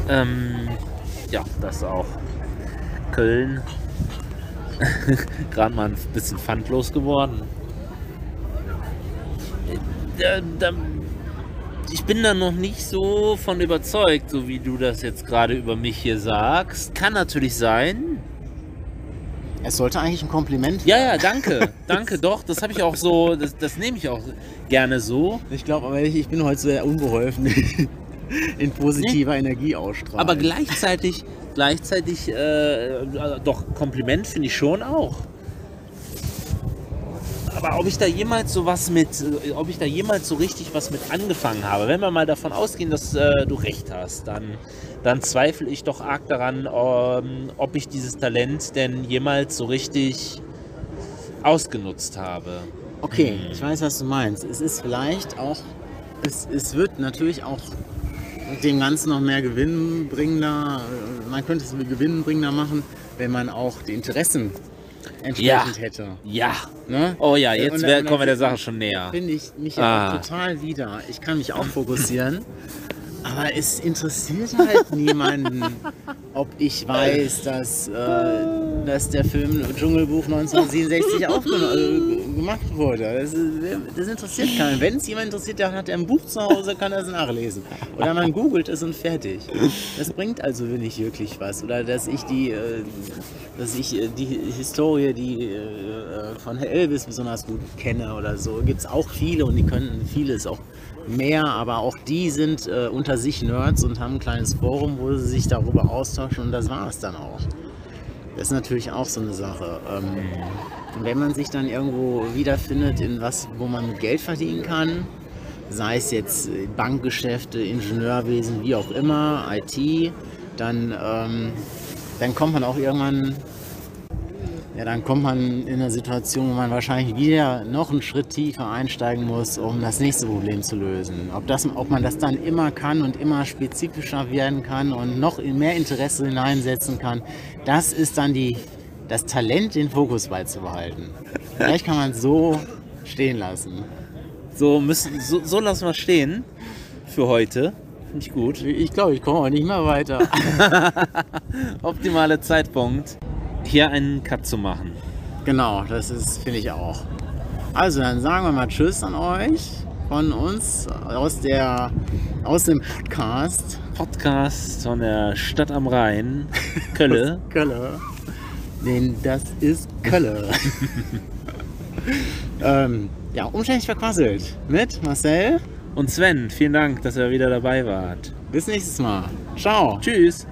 B: Ähm, ja, das auch. Köln. Gerade mal ein bisschen pfandlos geworden. Da, da, ich bin da noch nicht so von überzeugt, so wie du das jetzt gerade über mich hier sagst. Kann natürlich sein.
C: Es sollte eigentlich ein Kompliment
B: Ja, ja, danke. Danke, doch. Das habe ich auch so, das, das nehme ich auch gerne so.
C: Ich glaube aber, ich, ich bin heute sehr unbeholfen in positiver Energie ausstrahlen.
B: Aber gleichzeitig, gleichzeitig, äh, äh, doch, Kompliment finde ich schon auch. Aber ob ich da jemals so was mit, äh, ob ich da jemals so richtig was mit angefangen habe, wenn wir mal davon ausgehen, dass äh, du recht hast, dann, dann zweifle ich doch arg daran, ähm, ob ich dieses Talent denn jemals so richtig ausgenutzt habe.
C: Okay,
B: Mhm.
C: ich weiß, was du meinst. Es ist vielleicht auch, es, es wird natürlich auch dem Ganzen noch mehr gewinnbringender, äh, man könnte es gewinnbringender machen, wenn man auch die Interessen entsprechend
B: Ja.
C: hätte.
B: Ja.
C: Ne?
B: Oh ja,
C: Ja,
B: jetzt
C: und-
B: wär,
C: und-
B: kommen wir der Sache schon näher.
C: Finde ich mich
B: Ah.
C: ja auch total wieder. Ich kann mich auch fokussieren. Aber es interessiert halt niemanden, ob ich weiß, dass, äh, dass der Film Dschungelbuch 1967 aufgenommen äh, gemacht wurde. Das, ist- das interessiert keinen. Wenn es jemand interessiert, dann hat er ein Buch zu Hause, kann er es nachlesen. Oder man googelt es und fertig. Das bringt also nicht wirklich was. Oder dass ich die, äh, dass ich äh, die Historie, die äh, von Herr Elvis besonders gut kenne oder so, gibt es auch viele und die könnten vieles auch mehr, aber auch die sind äh, unter sich Nerds und haben ein kleines Forum, wo sie sich darüber austauschen und das war es dann auch. Das ist natürlich auch so eine Sache. Ähm, und wenn man sich dann irgendwo wiederfindet in was, wo man mit Geld verdienen kann, sei es jetzt äh, Bankgeschäfte, Ingenieurwesen, wie auch immer, IT, dann, ähm, dann kommt man auch irgendwann, ja, dann kommt man in eine Situation, wo man wahrscheinlich wieder noch einen Schritt tiefer einsteigen muss, um das nächste Problem zu lösen. Ob, das, ob man das dann immer kann und immer spezifischer werden kann und noch in mehr Interesse hineinsetzen kann, das ist dann die, das Talent, den Fokus beizubehalten. Vielleicht kann man es so stehen lassen.
B: So, müssen, so, so lassen wir stehen für heute. Finde ich gut.
C: Ich glaube, ich komme auch nicht mehr weiter.
B: Optimale Zeitpunkt, hier einen Cut zu machen.
C: genau, das ist, finde ich auch. Also dann sagen wir mal Tschüss an euch von uns aus der aus dem Podcast
B: Podcast von der Stadt am Rhein, Kölle.
C: Kölle. Denn das ist Kölle. ähm, ja, umständlich verquasselt mit Marcel.
B: Und Sven, vielen Dank, dass ihr wieder dabei wart.
C: Bis nächstes Mal. Ciao.
B: Tschüss.